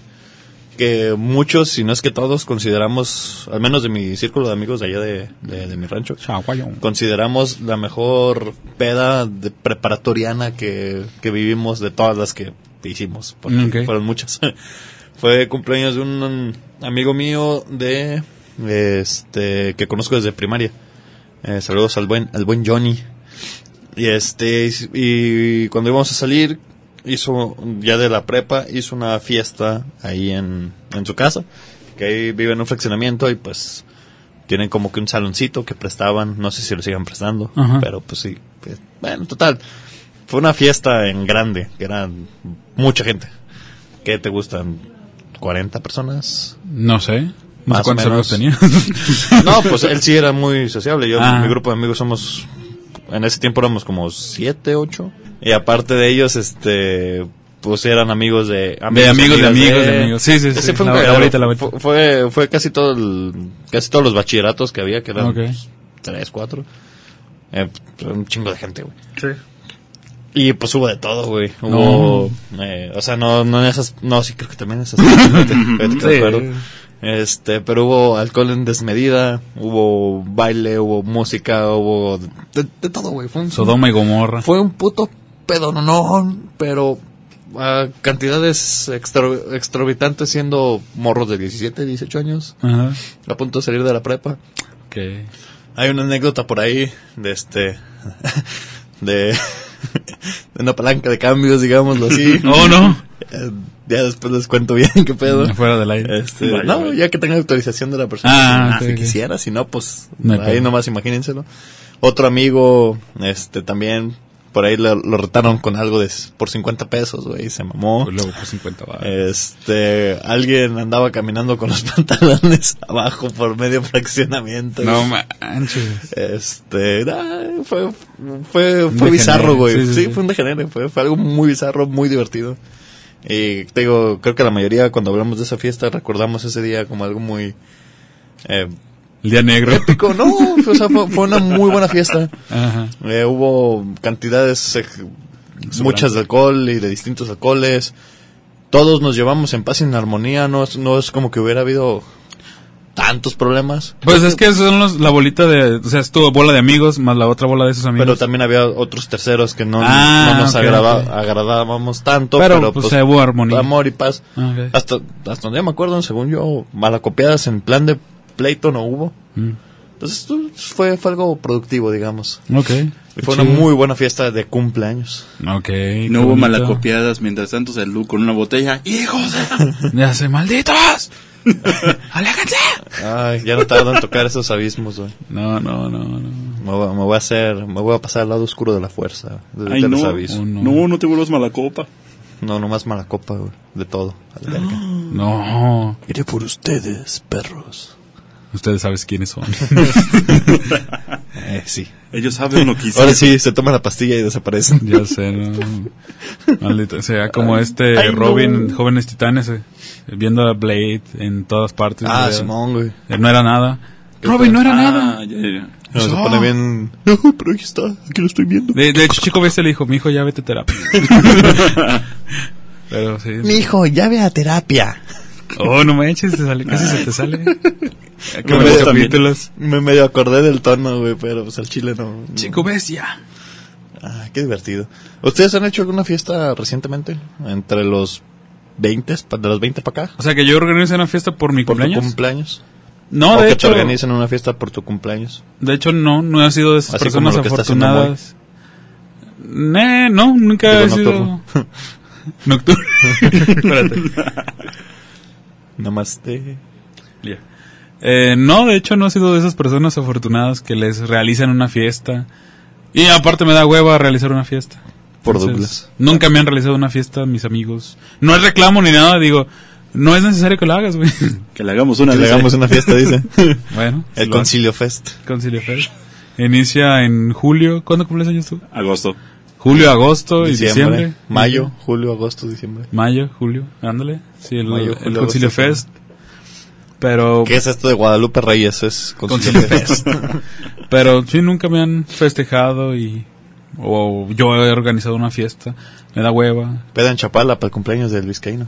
C: que muchos, si no es que todos, consideramos, al menos de mi círculo de amigos de allá de, de- de mi rancho, consideramos la mejor peda de preparatoriana que, que vivimos de todas las que hicimos, porque
B: Ok.
C: fueron muchas. Fue cumpleaños de un amigo mío de este que conozco desde primaria. Eh, saludos al buen al buen Johnny. Y este y, y cuando íbamos a salir hizo ya de la prepa hizo una fiesta ahí en en su casa, que ahí vive en un fraccionamiento y pues tienen como que un saloncito que prestaban, no sé si lo sigan prestando,
B: Ajá.
C: pero pues sí, pues, bueno, total. Fue una fiesta en grande, que eran mucha gente. ¿Qué te gustan? ¿40 personas?
B: No sé. No
C: Más
B: sé
C: o
B: cuántos amigos
C: menos.
B: tenías.
C: No, pues él sí era muy sociable. Yo,
B: Ah.
C: mi grupo de amigos somos, en ese tiempo éramos como siete, ocho. Y aparte de ellos, este, pues eran amigos de
B: De amigos, de
C: amigas
B: amigos, de amigos. Sí, sí,
C: Ese
B: sí.
C: fue, un
B: La- la
C: cagadero.
B: bolita, la bolita.
C: Fu- fue, fue casi todo el- casi todos los bachilleratos que había, que eran
B: Ok.
C: pues, tres, cuatro. Eh, pues, un chingo de gente, güey. Y pues hubo de todo, güey. Hubo, eh, o sea, no, no en esas, no, sí creo que también en esas. Fíjate, fíjate que me
B: Sí.
C: acuerdo. Este, pero hubo alcohol en desmedida, hubo baile, hubo música, hubo de, de todo, güey. Fue un,
B: Sodoma y Gomorra.
C: fue un puto pedo, no, pero a cantidades extra- exorbitantes siendo morros de 17, 18 años,
B: Ajá.
C: a punto de salir de la prepa.
B: Ok.
C: Hay una anécdota por ahí de este. de. de una palanca de cambios, digámoslo así.
B: Oh, no.
C: Eh, ya después les cuento bien qué pedo.
B: Fuera del aire.
C: Este,
A: Vaya,
C: no,
A: vaya.
C: ya que tenga autorización de la persona.
B: Ah,
C: si
B: ok, ok.
C: quisiera, si no, pues
B: No hay
C: ahí
B: pedo.
C: nomás imagínenselo. Otro amigo, este, también, por ahí lo, lo retaron con algo de s- por 50 pesos, güey, se mamó.
B: Pues luego por 50 va.
C: eh, Este, alguien andaba caminando con los pantalones abajo por medio fraccionamiento.
B: no
C: güey.
B: manches.
C: Este, nah, fue, fue,
B: Un
C: fue bizarro,
B: degenere,
C: güey. Sí,
B: sí, sí, sí.
C: fue un degenere, fue, fue algo muy bizarro, muy divertido. Y te digo, creo que la mayoría cuando hablamos de esa fiesta recordamos ese día como algo muy eh,
B: El día negro.
C: épico. No, o sea, fue, fue una muy buena fiesta.
B: Ajá.
C: Eh, hubo cantidades, eh, muchas de alcohol y de distintos alcoholes. Todos nos llevamos en paz y en armonía, no es, no es como que hubiera habido tantos problemas.
B: Pues es que son los, la bolita de. O sea, es tu bola de amigos más la otra bola de esos amigos.
C: Pero también había otros terceros que no,
B: Ah,
C: no nos
B: ok,
C: agrada-
B: ok.
C: agradábamos tanto, pero,
B: Pero, pues, hubo armonía.
C: amor y paz.
B: Ah, ok.
C: Hasta, hasta donde yo me acuerdo, según yo, malacopiadas en plan de pleito no hubo.
B: Mm.
C: Entonces tú- fue, fue algo productivo, digamos.
B: Ok.
C: Y fue una muy buena fiesta de cumpleaños.
B: Ok.
D: No
B: qué
D: hubo
B: bonito.
D: malacopiadas, mientras tanto Salud con una botella. ¡Hijos de...
B: Ya sé, malditos. ¡Aléjense!
C: Ay, ya no tardan en tocar esos abismos, güey.
B: No, no, no, no.
C: Me, voy- me voy a hacer, me voy a pasar al lado oscuro de la fuerza, de,
D: Ay,
C: de los
D: no.
A: Oh,
C: abismos.
B: no.
D: No. no te vuelvas malacopa.
C: No, nomás malacopa, güey, de todo. a la verga.
B: No.
C: Iré por ustedes, perros.
B: Ustedes saben quiénes son.
C: Eh, sí.
D: Ellos saben lo que hicieron.
C: Ahora sí, se toma la pastilla y desaparecen.
B: ya sé, no. Maldito sea, como este
C: Ay, no.
B: Robin, jóvenes titanes, eh, viendo a Blade en todas partes.
C: Ah,
B: Era-
C: Simón, güey.
B: Él no era nada. Robin no era nada.
D: Ah, ya, ya.
C: No, se
B: Ah.
C: pone bien. No, pero aquí está, aquí lo estoy viendo.
B: De, de hecho, Chico Bestia le dijo, mi hijo, ya vete a terapia. Pero sí.
C: hijo, ya ve a terapia.
B: Oh, no manches, te sale, casi se te sale. Como
C: Me-
B: los
C: también.
B: capítulos.
C: Me medio acordé del tono, güey, pero pues al chile no. no.
B: Chico Bestia.
C: Ah, qué divertido. ¿Ustedes han hecho alguna fiesta recientemente? Entre los 20, pa- de los 20 para acá.
B: O sea, que yo organice una fiesta por mi
C: ¿Por
B: cumpleaños.
C: tu cumpleaños?
B: no,
C: ¿O
B: de
C: que
B: hecho,
C: te organizan una fiesta por tu cumpleaños?
B: de hecho, no, no he sido de esas
C: Así como
B: personas
C: lo que está haciendo
B: afortunadas. Ne, no, nunca
C: Digo,
B: he sido.
C: nocturno.
B: Nocturno. Espérate.
C: Namaste.
B: Ya. Eh, no, de hecho no he sido de esas personas afortunadas que les realizan una fiesta. Y aparte me da hueva realizar una fiesta.
C: Por
B: Entonces,
C: duplas.
B: Nunca me han realizado una fiesta mis amigos. No es reclamo ni nada, digo, no es necesario que lo hagas, güey.
D: Que le hagamos una
C: Que le
D: vez,
C: hagamos
D: eh.
C: una fiesta, dice.
B: bueno,
C: El
B: lo haces.
C: Concilio Fest.
B: Concilio Fest. Inicia en julio. ¿Cuándo cumples años tú?
D: Agosto.
B: Julio, agosto y
C: Diciembre.
B: diciembre.
C: Mayo, julio, agosto, diciembre.
B: Mayo, julio. Ándale. Sí, el,
C: Mayo,
B: el
C: julio,
B: Concilio
C: agosto,
B: Fest. Pero
C: ¿Qué es esto de Guadalupe Reyes? Es
B: Concilio Fest. Pero sí, nunca me han festejado y... O yo he organizado una fiesta. Me da hueva.
C: Peda en Chapala para el cumpleaños del Vizcaíno.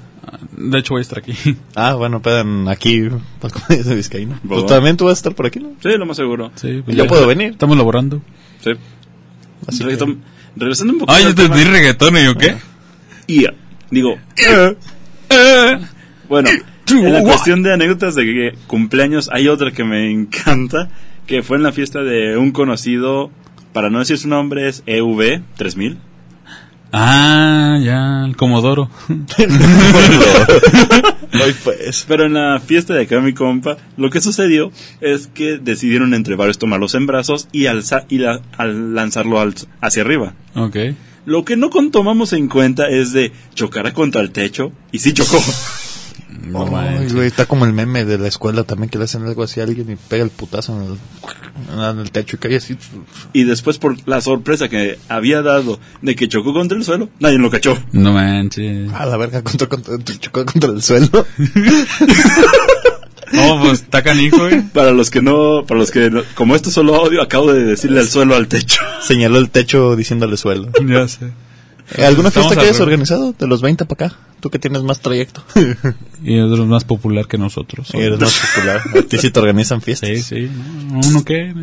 B: De hecho, voy a estar aquí.
C: Ah, bueno, peda en aquí para el cumpleaños del Vizcaíno. Pues
D: Boba.
C: también tú vas a estar por aquí, ¿no?
D: Sí, lo más seguro.
B: Sí, pues
C: Yo
B: ya.
C: puedo venir.
B: Estamos laborando.
D: Sí.
C: Así
D: Re-
C: que-
D: tom- Regresando un poco.
B: Ay,
D: al
B: yo te
D: tema-
B: di reggaetón y yo qué.
D: Ia. Digo,
C: Eh,
B: Eh,
D: Bueno,
B: Two,
D: en la
B: one.
D: cuestión de anécdotas de que- cumpleaños hay otra que me encanta, que fue en la fiesta de un conocido, para no decir su nombre, es E EV 3000.
B: Ah, ya, el Comodoro.
C: Ay, pues.
D: Pero en la fiesta de acá mi compa, lo que sucedió es que decidieron entre varios tomarlos en brazos y, alza- y la- al lanzarlo al- hacia arriba.
B: Ok.
D: Lo que no con- tomamos en cuenta es de chocara contra el techo y sí chocó.
B: No
C: Ay,
B: manches.
C: güey, está como el meme de la escuela también que le hacen algo así a alguien y pega el putazo en el, en el techo y cae así.
D: Y después por la sorpresa que había dado de que chocó contra el suelo, nadie lo cachó.
B: No manches.
C: A la verga, contra, contra, chocó contra el suelo.
B: No, pues está canijo, güey.
D: Para los que no, para los que, no- como esto solo audio, acabo de decirle al suelo al techo.
C: Señaló el techo diciéndole suelo.
B: Ya sé.
C: Eh, ¿Alguna
B: Estamos
C: fiesta que hayas
B: al revés.
C: organizado de los 20 para acá? Tú que tienes más trayecto.
B: Y es de los más popular que nosotros.
C: Eres más popular. A ti sí te organizan fiestas. Ah.
B: Sí, sí. ¿no? ¿Uno qué?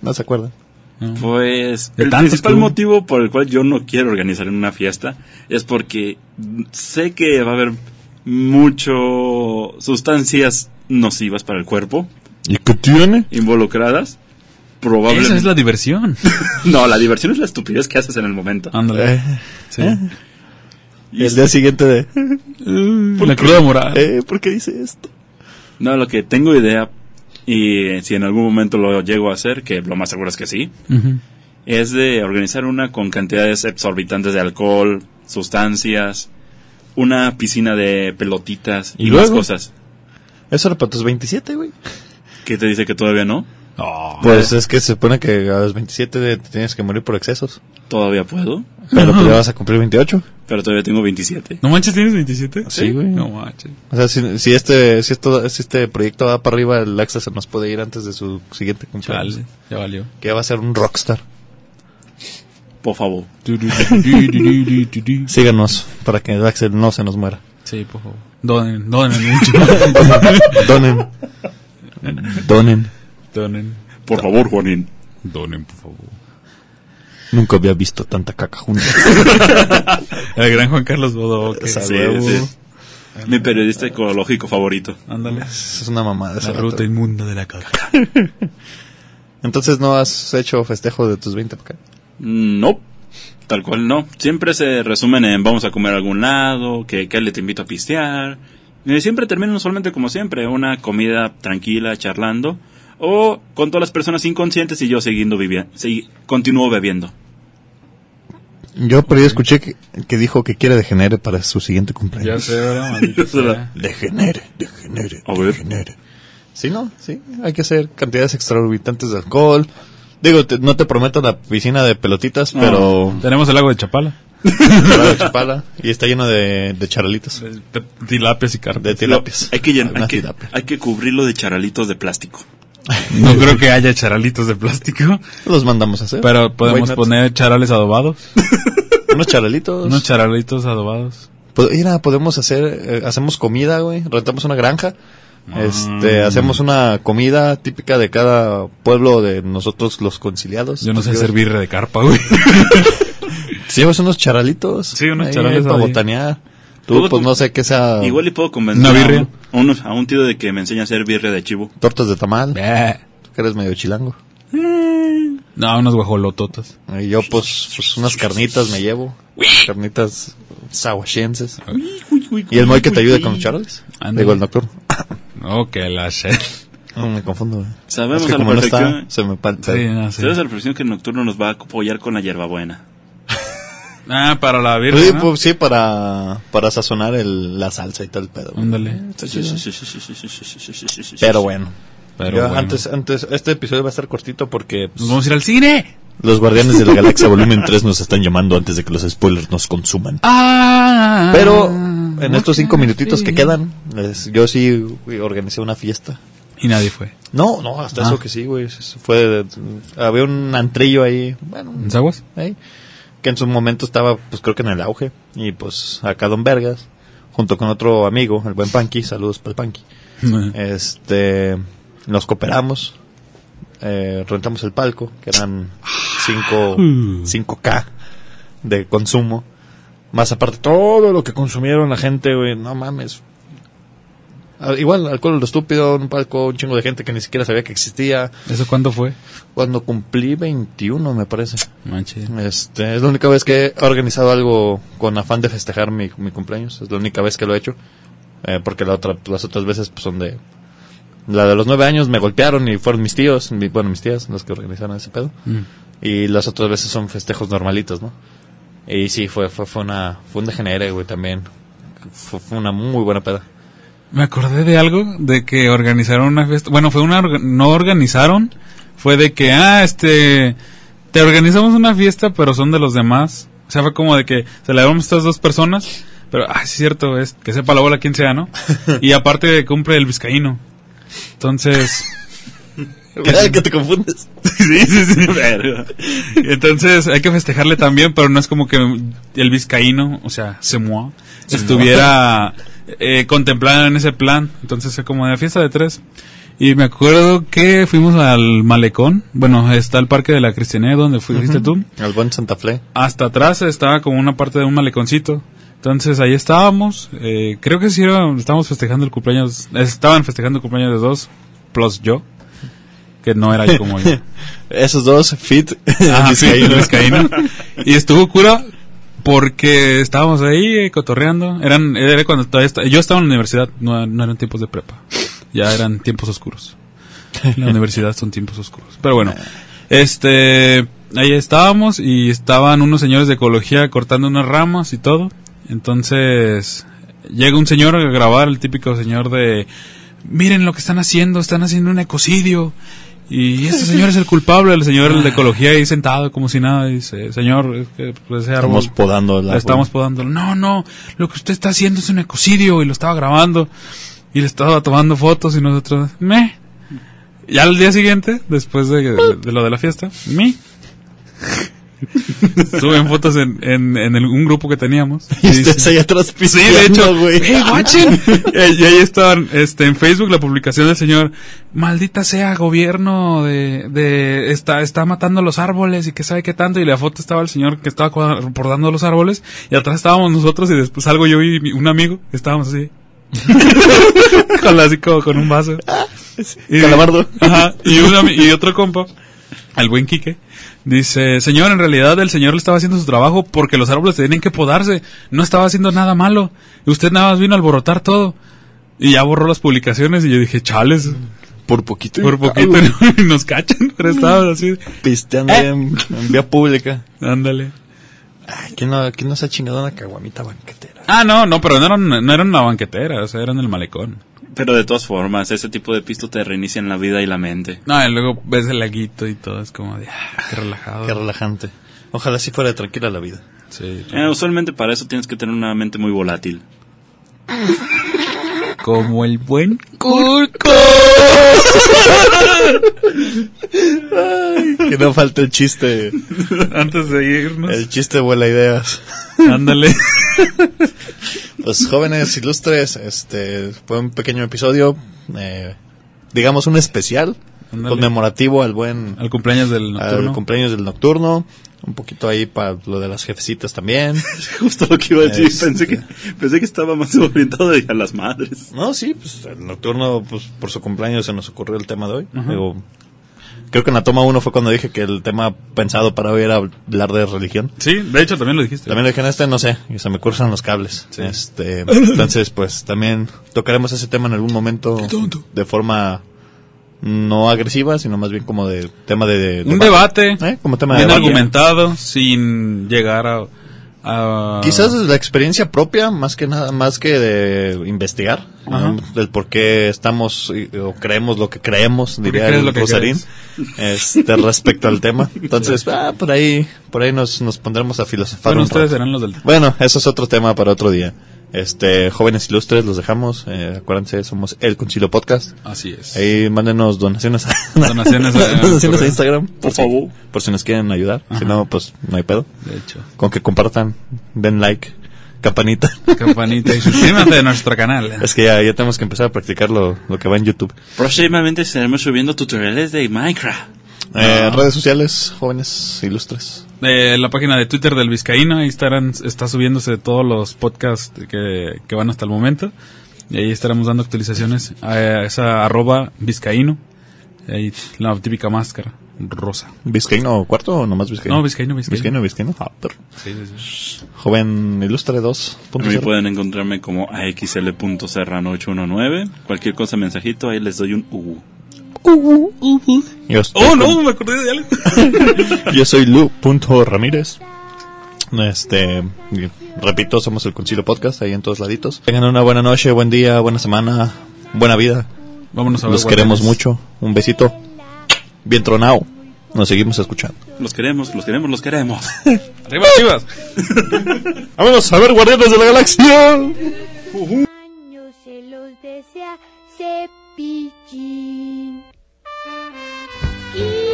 C: No se acuerdan.
B: ¿no?
A: Pues
B: De
A: el
B: tantos
A: principal
B: que hubo.
A: motivo por el cual yo no quiero organizar una fiesta es porque sé que va a haber mucho sustancias nocivas para el cuerpo
C: ¿Y qué tiene?
A: involucradas. Probablemente.
B: Esa es la diversión.
A: No, la diversión es la estupidez que haces en el momento.
B: Ándale. Sí.
C: Y Ah, Eh, el día siguiente de,
B: La cruda moral.
C: eh, ¿por qué hice esto?
A: No, lo que tengo idea, y si en algún momento lo llego a hacer, que lo más seguro es que sí,
B: Ujú.
A: es de organizar una con cantidades exorbitantes de alcohol, sustancias, una piscina de pelotitas y,
C: ¿Y
A: más
C: luego?
A: cosas.
C: Eso era para tus 27, güey.
A: ¿Qué te dice que todavía no?
C: Pues es que se supone que a los 27 de- te tienes que morir por excesos.
A: Todavía puedo,
C: Pero pues ya vas a cumplir 28.
A: pero todavía tengo 27.
B: No manches, ¿tienes 27?
C: Sí, güey.
B: No manches.
C: O sea, si, si este si esto, si este proyecto va para arriba, el Axa se nos puede ir antes de su siguiente cumpleaños.
B: Chale, ya valió.
C: Que ya va a ser un rockstar.
A: Por favor.
C: Síganos para que el Axel no se nos muera.
B: Sí, por favor. Donen, donen mucho.
C: Donen. Donen.
B: Donen.
A: Por favor, Juanín.
B: Donen, por favor.
C: Nunca había visto tanta caca junta.
B: El gran Juan Carlos Bodo. ok.
C: Esa-
A: Sí,
C: huevo.
A: sí. Mi periodista ecológico favorito.
B: Ándale.
C: Es una mamada. ese
B: La
C: vato.
B: ruta inmunda de la caca.
C: Entonces no has hecho festejo de tus 20 acá.
A: No, tal cual no. Siempre se resumen en vamos a comer a algún lado, que Kelly te invito a pistear. Eh, Siempre terminan usualmente como siempre, una comida tranquila, charlando, o con todas las personas inconscientes y yo siguiendo viviendo, continúo bebiendo.
C: Yo, pero yo escuché que, que dijo que quiere degenere para su siguiente cumpleaños.
B: ¿verdad?
A: Maldita sea.
C: Degenere, degenere,
A: A ver.
C: degenere. Sí, no, sí. Hay que hacer cantidades extraorbitantes de alcohol. Digo, te- no te prometo la piscina de pelotitas,
B: Ah.
A: No.
C: pero
B: Tenemos el lago de Chapala.
C: pero la chapala y está lleno de, de charalitos,
B: de- de Tilapias y carpas.
C: de tilapias.
A: Lo- hay, que llen- hay,
C: Algunas
A: que,
C: tilapias.
A: hay que cubrirlo de charalitos de plástico.
B: No creo que haya charalitos de plástico,
C: Los mandamos a hacer.
B: pero podemos
C: Why not?
B: poner charales adobados.
C: unos charalitos.
B: Unos charalitos adobados.
C: Pod- Mira, podemos hacer, eh, hacemos comida, güey, rentamos una granja, este,
B: Ah.
C: hacemos una comida típica de cada pueblo de nosotros los conciliados.
B: Yo no sé
C: Entonces,
B: hacer birre de carpa, güey.
C: Si llevas pues, unos charalitos.
B: Sí, unos charales
C: para
B: ahí.
C: botanear. Tú,
A: Luego
C: pues
A: tú-
C: no sé qué sea.
A: Igual y puedo convencer
B: ¿Una
A: a
B: birria?
A: un- a, un, a un tío de que me enseñe a hacer birria de chivo.
C: Tortas de tamal.
B: Bleh.
C: Tú que eres medio chilango.
B: No, unos guajolototas.
C: Y yo, pues, pues, unas carnitas me llevo. Carnitas sahuachenses. Ah. Y el Moy que te ayuda con los charales.
B: Ándale.
C: Digo, el nocturno.
B: No, que la shit.
C: No, me confundo, güey.
A: Sabemos
C: Es que
A: a la
C: como no está, ah,
A: perfección.
C: se me palta.
B: Sí, no, sí.
A: Sabes a la perfección que el nocturno nos va a apoyar con la hierbabuena.
B: Ah, para la birra.
C: Sí,
B: ¿no?
C: pues, sí, para, para sazonar el, la salsa y todo el pedo. güey.
B: Ándale.
C: Pero bueno.
B: Pero
C: Yo
B: bueno.
C: Antes, antes, este episodio va a estar cortito porque pues,
B: Nos vamos a ir al cine.
C: los Guardianes de la Galaxia Volumen 3 nos están llamando antes de que los spoilers nos consuman.
B: Ah.
C: Pero en estos cinco minutitos que quedan, es- yo sí güey, organicé una fiesta.
B: Y nadie fue.
C: No, no, hasta
B: Ah.
C: eso que sí, güey. eso Fue, de- había un antrillo ahí, bueno,
B: ¿En Zaguas?
C: ahí, que en su momento estaba, pues creo que en el auge. Y pues acá Don Vergas, junto con otro amigo, el buen Panky, saludos para el Panky. Este, nos cooperamos, eh, rentamos el palco, que eran 5, 5K de consumo. Más aparte, todo lo que consumieron la gente, güey, no mames. Ah, Igual, alcohol lo estúpido, un palco, un chingo de gente que ni siquiera sabía que existía.
B: ¿Eso cuándo fue?
C: Cuando cumplí 21, me parece.
B: Manche.
C: Este, es la única vez que he organizado algo con afán de festejar mi, mi cumpleaños. Es la única vez que lo he hecho. Eh, porque la otra, las otras veces pues, son de... La de los nueve años me golpearon y fueron mis tíos, mi- bueno, mis tías, los que organizaron ese pedo.
B: Mm.
C: Y las otras veces son festejos normalitos, ¿no? Y sí, fue, fue, fue una... Fue un degenere, güey, también. Fue, fue una muy buena peda.
B: Me acordé de algo, de que organizaron una fiesta. Bueno, fue una. orga- No organizaron. Fue de que, ah, este. Te organizamos una fiesta, pero son de los demás. O sea, fue como de que se la damos a estas dos personas. Pero, ah, sí es cierto, es que sepa la bola quién sea, ¿no? Y aparte cumple el vizcaíno. Entonces.
C: ¿Qué, te confundes?
B: sí, sí, sí. Entonces hay que festejarle también, pero no es como que el vizcaíno, o sea, se mueva, estuviera eh, contemplado en ese plan. Entonces es como de fiesta de tres. Y me acuerdo que fuimos al malecón. Bueno, está el Parque de la Cristianía, donde fu- fuiste tú.
C: Al buen Santa Fe.
B: Hasta atrás estaba como una parte de un maleconcito. Entonces ahí estábamos. eh, creo que sí, era- estábamos festejando el cumpleaños. Estaban festejando el cumpleaños de dos, plus yo. Que no era yo como yo.
C: Esos dos, Fit,
B: Ah, sí,
C: Vizcaíno.
B: el vizcaíno. Y estuvo cura porque estábamos ahí eh, cotorreando. Eran, era cuando todavía esta- yo estaba en la universidad, no, no eran tiempos de prepa. Ya eran tiempos oscuros. La universidad son tiempos oscuros. Pero bueno, este, ahí estábamos y estaban unos señores de ecología cortando unas ramas y todo. Entonces, llega un señor a grabar, el típico señor de, miren lo que están haciendo, están haciendo un ecocidio. Y este señor es el culpable, el señor el de ecología ahí sentado como si nada, dice, señor, es que pues, ese árbol
C: Estamos podando la.
B: estamos podando. No, no, lo que usted está haciendo es un ecocidio y lo estaba grabando y le estaba tomando fotos y nosotros, me. Ya al día siguiente, después de, de- de lo de la fiesta, me. Suben fotos en, en- en el- un grupo que teníamos.
C: Y
B: Y
C: ustedes
B: dicen,
C: allá atrás
B: Sí, de hecho.
C: pisteando, güey.
B: "Hey, guachen". Eh, y ahí estaban este, en Facebook la publicación del señor. Maldita sea, gobierno de, de está, está matando los árboles y que sabe qué tanto. Y la foto estaba el señor que estaba cuadra- bordando los árboles. Y atrás estábamos nosotros y después salgo yo y mi- un amigo. Estábamos así. con la- así como con un vaso. Y-
C: Ah, Calamardo.
B: Ajá, y, un ami- y otro compa, el buen Quique, dice, señor, en realidad el señor le estaba haciendo su trabajo porque los árboles tenían que podarse, no estaba haciendo nada malo, usted nada más vino a alborotar todo. Y ya borró las publicaciones y yo dije, chales,
C: Por poquito.
B: por poquito no- nos cachan, pero estaba así,
C: Pisteando en, en vía pública.
B: ándale.
C: Ay, ¿quién, Ah, no, ¿Quién no se ha chingado una caguamita banquetera?
B: Ah, no, no, pero no eran, no eran la banquetera, o sea, eran el malecón.
D: Pero de todas formas, ese tipo de pistas te reinician la vida y la mente.
B: No, y luego ves el laguito y todo, es como de, ah, qué relajado.
C: Qué relajante. Ojalá así fuera de tranquila la vida.
B: Sí,
D: Eh, usualmente para eso tienes que tener una mente muy volátil.
B: como el buen Curco.
C: Que no falte el chiste.
B: Antes de irnos.
C: El chiste vuela ideas.
B: Ándale.
C: Pues jóvenes ilustres, este fue un pequeño episodio, eh, digamos un especial
B: Ándale.
C: conmemorativo al buen
B: Al cumpleaños del nocturno.
C: al cumpleaños del nocturno, un poquito ahí para lo de las jefecitas también.
D: Justo lo que iba a decir.
C: Este.
D: Pensé, que, pensé que estaba más orientado a las madres.
C: No, sí, pues el nocturno, pues por su cumpleaños se nos ocurrió el tema de hoy.
B: Ajá.
C: Digo, creo que en la toma uno fue cuando dije que el tema pensado para hoy era hablar de religión.
B: sí, de hecho también lo dijiste.
C: También lo dije en este, no sé, y se me cursan los cables. Este, entonces, pues también tocaremos ese tema en algún momento
B: tonto.
C: de forma no agresiva, sino más bien como de tema de, de-
B: Un debate.
C: ¿eh? Como tema de
B: Bien
C: debate.
B: argumentado, sin llegar a... a-
C: Quizás desde la experiencia propia, más que nada, más que de investigar,
B: Ajá.
C: ¿no? del por qué estamos y- o creemos lo que creemos, diría
B: crees
C: el
B: lo que
C: Rosarín, este, respecto al tema. Entonces, ah, por ahí, por ahí nos, nos pondremos a filosofar.
B: Bueno,
C: un
B: ustedes
C: rato.
B: serán los del...
C: Bueno, eso es otro tema para otro día. Este, jóvenes ilustres, los dejamos. Eh, acuérdense, somos El Concilio Podcast.
B: Así es.
C: Ahí mándenos donaciones a,
B: Donaciones a-
C: donaciones a Instagram, por,
D: Por
C: si,
D: favor.
C: por si nos quieren ayudar. Si no, pues no hay pedo.
B: De hecho.
C: Con que compartan, den like, campanita.
B: Campanita y suscríbanse a nuestro canal.
C: es que ya, ya tenemos que empezar a practicar lo, lo que va en YouTube.
D: Próximamente estaremos subiendo tutoriales de Minecraft.
C: Eh, redes sociales, jóvenes ilustres.
B: Eh, la página de Twitter del Vizcaíno, ahí estarán, está subiéndose todos los podcasts que, que van hasta el momento. Y ahí estaremos dando actualizaciones a esa arroba Vizcaíno. Ahí la típica máscara rosa.
C: ¿Vizcaíno cuarto o nomás Vizcaíno?
B: No, Vizcaíno, Vizcaíno.
C: Vizcaíno, Vizcaíno. Ah, pero- Joven ilustre 2.
D: A mí pueden encontrarme como axl.serrano819. Cualquier cosa, mensajito, ahí les doy un U.
C: Yo estoy
B: ¡Oh,
C: con-
B: no! Me acordé de algo.
C: Yo soy Lu.ramírez. Este, y repito, somos el Concilio Podcast, ahí en todos laditos. Tengan una buena noche, buen día, buena semana, buena vida.
B: Vámonos a ver.
C: Los queremos
B: guardianes.
C: mucho. Un besito. Bien tronado. Nos seguimos escuchando.
D: Los queremos, los queremos, los queremos.
B: ¡Arriba, chivas!
C: Vámonos a ver, Guardianes de la Galaxia.
E: años se los desea Cepillín. Y